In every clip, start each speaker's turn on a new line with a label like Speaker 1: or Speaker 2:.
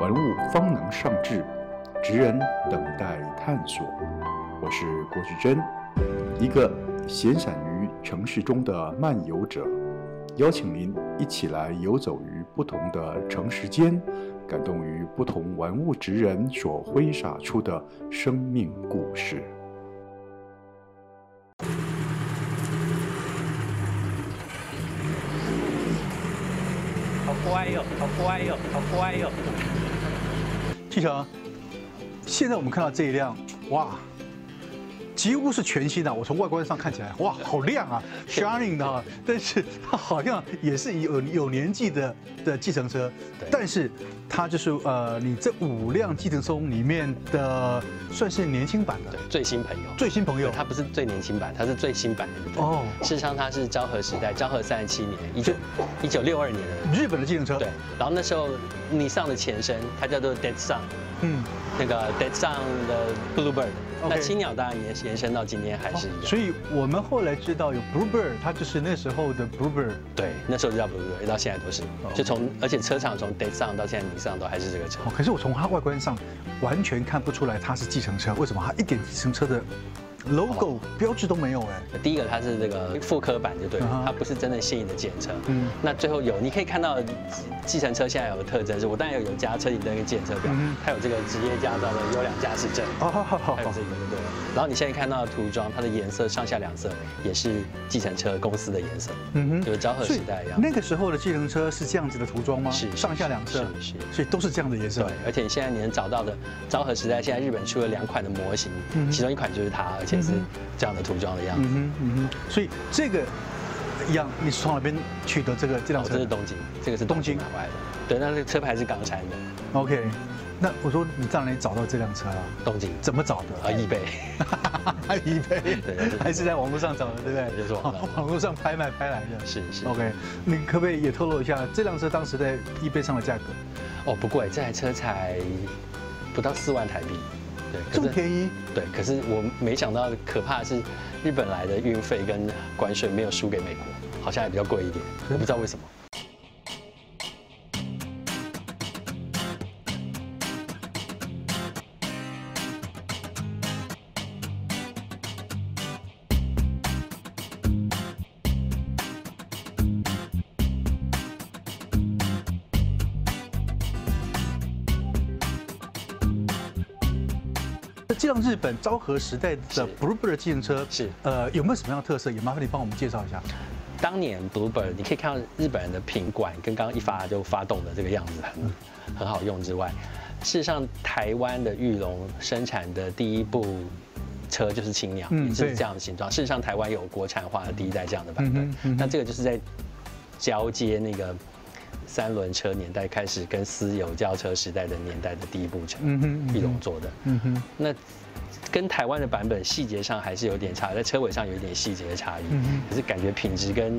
Speaker 1: 玩物方能上志，职人等待探索。我是郭旭珍，一个闲散于城市中的漫游者，邀请您一起来游走于不同的城市间，感动于不同玩物职人所挥洒出的生命故事。
Speaker 2: 好乖哟、好乖哟、好乖哟、
Speaker 3: 季强，啊现在我们看到这一辆，哇，几乎是全新的。我从外观上看起来，哇，好亮啊，shining 的哈。但是它好像也是有有年纪的的计程车
Speaker 2: 对，
Speaker 3: 但是它就是呃，你这五辆计程车里面的算是年轻版的
Speaker 4: 对，最新朋友，
Speaker 3: 最新朋友
Speaker 4: 对，它不是最年轻版，它是最新版的。
Speaker 3: 哦
Speaker 4: 哦，事实上它是昭和时代，昭和三十七年，一九一九六二年的。
Speaker 3: 日本的计程车。
Speaker 4: 对，，然后那时候尼桑的前身，它叫做 Dead Sun，
Speaker 3: 嗯，
Speaker 4: 那个 Dead Sun 的 Bluebird。
Speaker 3: OK
Speaker 4: 那青鸟当然延延伸到今天还是一样。
Speaker 3: 哦所以我们后来知道有 Bluebird，它就是那时候的 Bluebird。
Speaker 4: 对，那时候就叫 Bluebird，到现在都是
Speaker 3: 哦，
Speaker 4: 就从而且车厂从 Dead Sun 到现在尼桑都还是这个车。
Speaker 3: 哦，可是我从它外观上完全看不出来它是计程车，为什么？它一点计程车的
Speaker 4: 哦
Speaker 3: logo 标志都没有哎。
Speaker 4: 第一个它是这个复刻版就对
Speaker 3: 嗯
Speaker 4: 了
Speaker 3: 哼，
Speaker 4: 它不是真的现役的检车。
Speaker 3: 嗯
Speaker 4: 嗯，那最后有你可以看到，计程车现在有个特征是，我当然有有加车顶灯跟检车表
Speaker 3: 嗯哼，
Speaker 4: 它有这个职业驾照的优良驾驶证。
Speaker 3: 哦，好好好
Speaker 4: 还有这个对，然后你现在看到的涂装，它的颜色上下两色也是计程车公司的颜色，
Speaker 3: 嗯哼
Speaker 4: 就是昭和时代一
Speaker 3: 所以。
Speaker 4: 样
Speaker 3: 那个时候的计程车是这样子的涂装吗？
Speaker 4: 是是
Speaker 3: 上下两色，
Speaker 4: 是是
Speaker 3: 所以都是这样的颜色
Speaker 4: 对。，而且你现在你能找到的昭和时代，现在日本出了两款的模型
Speaker 3: 嗯哼，
Speaker 4: 其中一款就是它，而且是这样的涂装的样
Speaker 3: 嗯
Speaker 4: 子。
Speaker 3: 哼嗯哼，所以这个一样，你是从哪边取得这个这辆
Speaker 4: 哦，这
Speaker 3: 车
Speaker 4: 是东京，这个是
Speaker 3: 东
Speaker 4: 东京
Speaker 3: 京
Speaker 4: 买回来的。对，那这个车牌是港产的，
Speaker 3: ？OK，那我说你在哪里找到这辆车啊？
Speaker 4: 东京。
Speaker 3: 怎么找
Speaker 4: 啊，
Speaker 3: 的？
Speaker 4: 易贝，
Speaker 3: 还以为
Speaker 4: 对
Speaker 3: 还是在网络上找的，对不对？
Speaker 4: 就是网络上
Speaker 3: 网络上拍卖拍来的。
Speaker 4: 是是
Speaker 3: OK，你可不可以也透露一下这辆车当时在 eBay 上的价格？
Speaker 4: 哦，不贵，这台车才不到四万台币，对，可是
Speaker 3: 这么便宜？
Speaker 4: 对，可是我没想到，可怕的是日本来的运费跟关税没有输给美国，好像还比较贵一点，我不知道为什么。
Speaker 3: 这辆日本昭和时代的
Speaker 4: 是
Speaker 3: Bluebird 计程车
Speaker 4: 是
Speaker 3: 呃有没有什么样的特色？也麻烦你帮我们介绍一下。
Speaker 4: 当年 Bluebird，你可以看到日本人的品管跟刚刚一发就发动的这个样子很很好用之外，事实上台湾的玉龙生产的第一部车就是青鸟，
Speaker 3: 嗯
Speaker 4: 也
Speaker 3: 对
Speaker 4: 是这样的形状。事实上台湾有国产化的第一代这样的版
Speaker 3: 嗯哼
Speaker 4: 本，
Speaker 3: 嗯哼
Speaker 4: 那这个就是在交接那个。三轮车年代开始跟私有轿车时代的年代的第一部车，
Speaker 3: 嗯哼嗯哼
Speaker 4: 玉龙做的，
Speaker 3: 嗯哼，
Speaker 4: 那跟台湾的版本细节上还是有点差，在车尾上有一点细节的差异，
Speaker 3: 嗯哼
Speaker 4: 可是感觉品质跟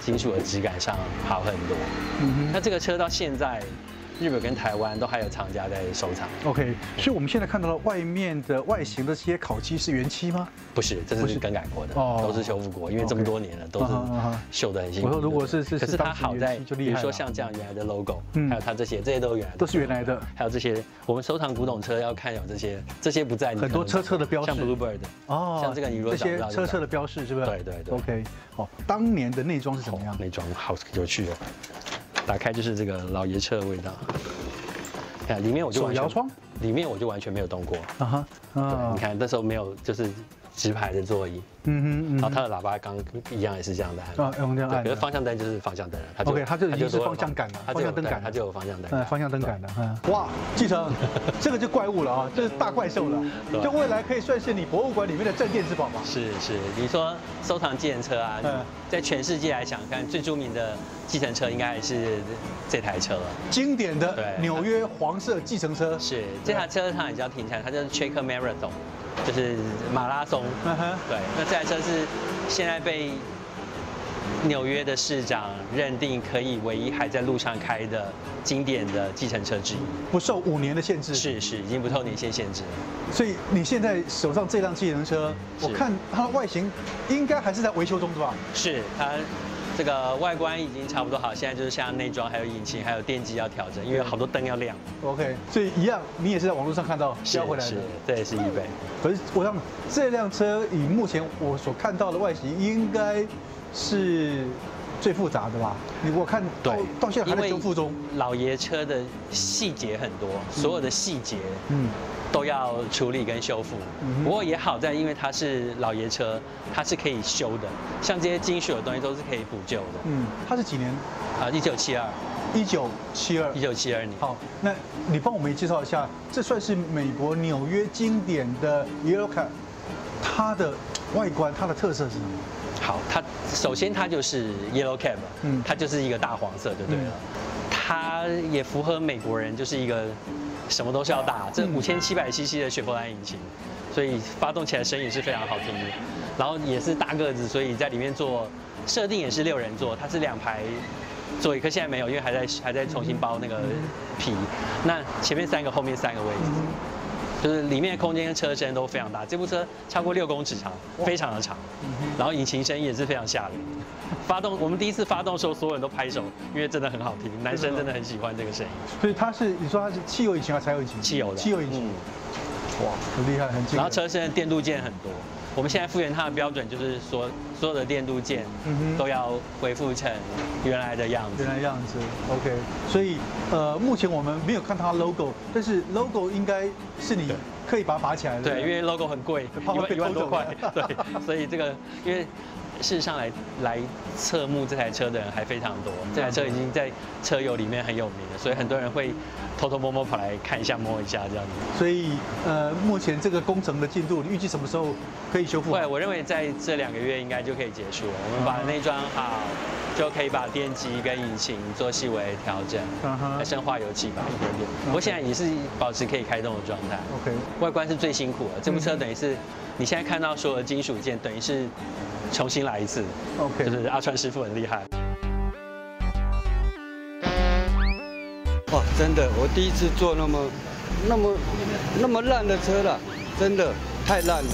Speaker 4: 金属的质感上好很多。
Speaker 3: 嗯
Speaker 4: 那这个车到现在，日本跟台湾都还有厂家在收藏，
Speaker 3: 哼，OK。所以我们现在看到了外面的外形的这些烤漆是原漆吗？
Speaker 4: 不是，这
Speaker 3: 不
Speaker 4: 是
Speaker 3: 是
Speaker 4: 更改过的，
Speaker 3: 哦
Speaker 4: 都是修复过，因为这么
Speaker 3: OK
Speaker 4: 多年了，都是
Speaker 3: 啊哈啊哈
Speaker 4: 修得很辛苦。
Speaker 3: 我说如果是是
Speaker 4: 可
Speaker 3: 是
Speaker 4: 是它
Speaker 3: 当时
Speaker 4: 好
Speaker 3: 年
Speaker 4: 在，
Speaker 3: 轻就厉
Speaker 4: 比如
Speaker 3: 害
Speaker 4: 说
Speaker 3: 了
Speaker 4: 像这样原来的 logo，
Speaker 3: 嗯
Speaker 4: 还有它这些，这些都是原来的
Speaker 3: 都是原来的。
Speaker 4: 还有这些，我们收藏古董车要看有这些，这些不在你
Speaker 3: 很多
Speaker 4: 可
Speaker 3: 车
Speaker 4: 能
Speaker 3: 侧的标
Speaker 4: 像
Speaker 3: 志
Speaker 4: Bluebird，
Speaker 3: 哦
Speaker 4: 像这个你如果
Speaker 3: 这些
Speaker 4: 找不到就
Speaker 3: 车
Speaker 4: 找
Speaker 3: 侧的标示是不是？
Speaker 4: 对对对
Speaker 3: OK，好，当年的内装是怎么样？
Speaker 4: 那种好有趣哦，打开就是这个老爷车的味道。哎呀，里面我就完全
Speaker 3: 手摇窗，
Speaker 4: 里面我就完全没有动过。
Speaker 3: 啊哈，
Speaker 4: 对，
Speaker 3: 啊
Speaker 4: 你，看那时候没有就是直排的座椅，
Speaker 3: 嗯
Speaker 4: 然
Speaker 3: 哼
Speaker 4: 后
Speaker 3: 嗯
Speaker 4: 它的喇叭刚一样也是这样的按。
Speaker 3: 啊用这样按的
Speaker 4: 对可是方向灯就是方向灯了，它
Speaker 3: OK，它就已经是
Speaker 4: 多了
Speaker 3: 方向感了
Speaker 4: 它
Speaker 3: 方
Speaker 4: 就有
Speaker 3: 向灯
Speaker 4: 对
Speaker 3: 感了
Speaker 4: 它就哎有方向灯。哎
Speaker 3: 哼，呃，方向灯杆的，嗯，哇，继承，这个就怪物了啊，这是大怪兽了，
Speaker 4: 对
Speaker 3: 就未来可以算是你博物馆里面的镇店之宝吧。
Speaker 4: 是是，你说收藏计程车啊
Speaker 3: 嗯，
Speaker 4: 在全世界来想看最著名的计程车应该还是这台车了。
Speaker 3: 经典的
Speaker 4: 对
Speaker 3: 纽约黄色计程车，
Speaker 4: 是这台车它也叫停产，它叫 Check Marathon，就是马拉松。
Speaker 3: 嗯哼
Speaker 4: 对，那这台车是现在被纽约的市长认定可以唯一还在路上开的经典的计程车之一。
Speaker 3: 不受五年的限制。，
Speaker 4: 是是，已经不受年限限制了。
Speaker 3: 所以你现在手上这辆计程车，
Speaker 4: 是
Speaker 3: 我看它的外形应该还是在维修中，是吧？
Speaker 4: 是它这个外观已经差不多好，现在就是像内装、还有引擎、还有电机要调整，因为好多灯要亮。
Speaker 3: OK，所以一样，你也是在网络上看到
Speaker 4: 是
Speaker 3: 交回来
Speaker 4: 是
Speaker 3: 的。，
Speaker 4: 这也是一倍。
Speaker 3: 可是我想这辆车以目前我所看到的外形，应该是最复杂的吧？你我看到
Speaker 4: 对，
Speaker 3: 到现在还在
Speaker 4: 因
Speaker 3: 修
Speaker 4: 为
Speaker 3: 复中。
Speaker 4: 老爷车的细节很多，所有的细节
Speaker 3: 嗯，
Speaker 4: 都要处理跟修复
Speaker 3: 嗯哼。
Speaker 4: 不过也好在，因为它是老爷车，它是可以修的，像这些金属的东西都是可以补救的。
Speaker 3: 嗯，它是几年？
Speaker 4: 啊，一九七二，
Speaker 3: 一九七二
Speaker 4: 一。九七二年。
Speaker 3: 好，那你帮我们也介绍一下，这算是美国纽约经典的 Yellow Cab，它的外观、它的特色是什么？
Speaker 4: 好，它首先它就是 yellow cab，
Speaker 3: 嗯
Speaker 4: 它就是一个大黄色就对啊了，它也符合美国人就是一个什么都是要大，这
Speaker 3: 嗯
Speaker 4: 五千七百 cc 的雪佛兰引擎，所以发动起来声音也是非常好听的，然后也是大个子，所以在里面做设定也是六人座，它是两排座椅，可现在没有，因为还在还在重新包那个皮，那前面三个，后面三个位置。就是里面的空间跟车身都非常大，这部车超过六公尺长，非常的长，
Speaker 3: 嗯
Speaker 4: 然后引擎声音也是非常吓人。发动，我们第一次发动的时候，所有人都拍手，因为真的很好听，男生真的很喜欢这个声音。
Speaker 3: 嗯所以它是你说它是汽油引擎还是柴油引擎？
Speaker 4: 汽油的，
Speaker 3: 汽油引擎，
Speaker 4: 嗯
Speaker 3: 哇，很厉害，很惊人。
Speaker 4: 然后车身的电镀件很多，我们现在复原它的标准就是说，所有的电镀件
Speaker 3: 嗯哼
Speaker 4: 都要恢复成原来的样子
Speaker 3: 原。来样子，OK。所以呃，目前我们没有看它 logo，但是 logo 应该是你可以把它拔起来的。
Speaker 4: 对，因为 logo 很贵，
Speaker 3: 怕
Speaker 4: 一
Speaker 3: 会被
Speaker 4: 万一万
Speaker 3: 偷
Speaker 4: 多
Speaker 3: 走
Speaker 4: 块， 对，所以这个因为事实上来来侧目这台车的人还非常多，这台车已经在车友里面很有名了，所以很多人会偷偷摸摸跑来看一下摸一下这样子。
Speaker 3: 所以呃，目前这个工程的进度，你预计什么时候可以修复
Speaker 4: 后
Speaker 3: 好？
Speaker 4: 来我认为在这两个月应该就可以结束了，我们把
Speaker 3: 嗯
Speaker 4: 内装好，啊就可以把电机跟引擎做细微调整
Speaker 3: 嗯哼，
Speaker 4: 还深化油漆吧一点点。
Speaker 3: OK
Speaker 4: 我现在也是保持可以开动的状态。
Speaker 3: OK，
Speaker 4: 外观是最辛苦的，这部
Speaker 3: 嗯
Speaker 4: 车
Speaker 3: 哼
Speaker 4: 等于是你现在看到所有的金属件，等于是重新来一次。
Speaker 3: OK
Speaker 4: 就是阿川师傅很厉害。
Speaker 5: 哇，哦真的，我第一次坐那么、那么、那么烂的车了，真的太烂了。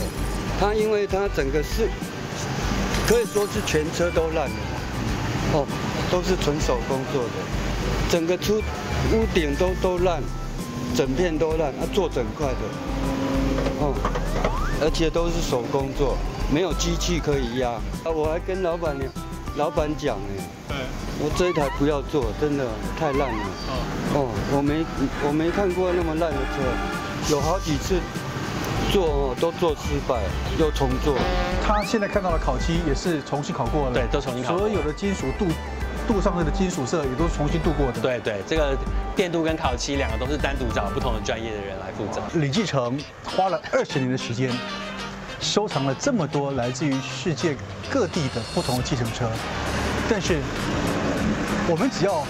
Speaker 5: 它因为它整个是可以说是全车都烂了，哦，都是纯手工做的，整个出屋顶都都烂，整片都烂，它、做整块的，哦，而且都是手工做，没有机器可以压。啊，我还跟老板娘、老板讲哎。我这一台不要做，真的太烂了。哦，我没我没看过那么烂的车，有好几次做哦都做失败，又重做。
Speaker 3: 它现在看到的烤漆也是重新烤过了，
Speaker 4: 对都重新烤过
Speaker 3: 所有的金属镀镀上面的金属色也都是重新镀过的。，
Speaker 4: 对对，这个电镀跟烤漆两个都是单独找不同的专业的人来负责。
Speaker 3: 李继成花了二十年的时间，收藏了这么多来自于世界各地的不同的计程车，但是我们只要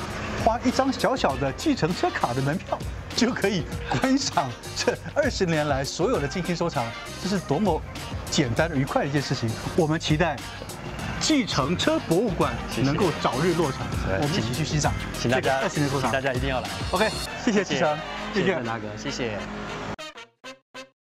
Speaker 3: 花一张小小的计程车卡的门票，就可以观赏这二十年来所有的精心收藏，这是多么简单愉快的一件事情。我们期待。计程车博物馆能够早日落成，
Speaker 4: 对
Speaker 3: 我们一起去欣赏
Speaker 4: 请
Speaker 3: 这
Speaker 4: 大
Speaker 3: 个
Speaker 4: 家
Speaker 3: 二十年收藏
Speaker 4: 大。家一定要来，
Speaker 3: OK，谢谢
Speaker 4: 谢
Speaker 3: 继
Speaker 4: 谢
Speaker 3: 承，
Speaker 4: 谢谢大哥，谢谢。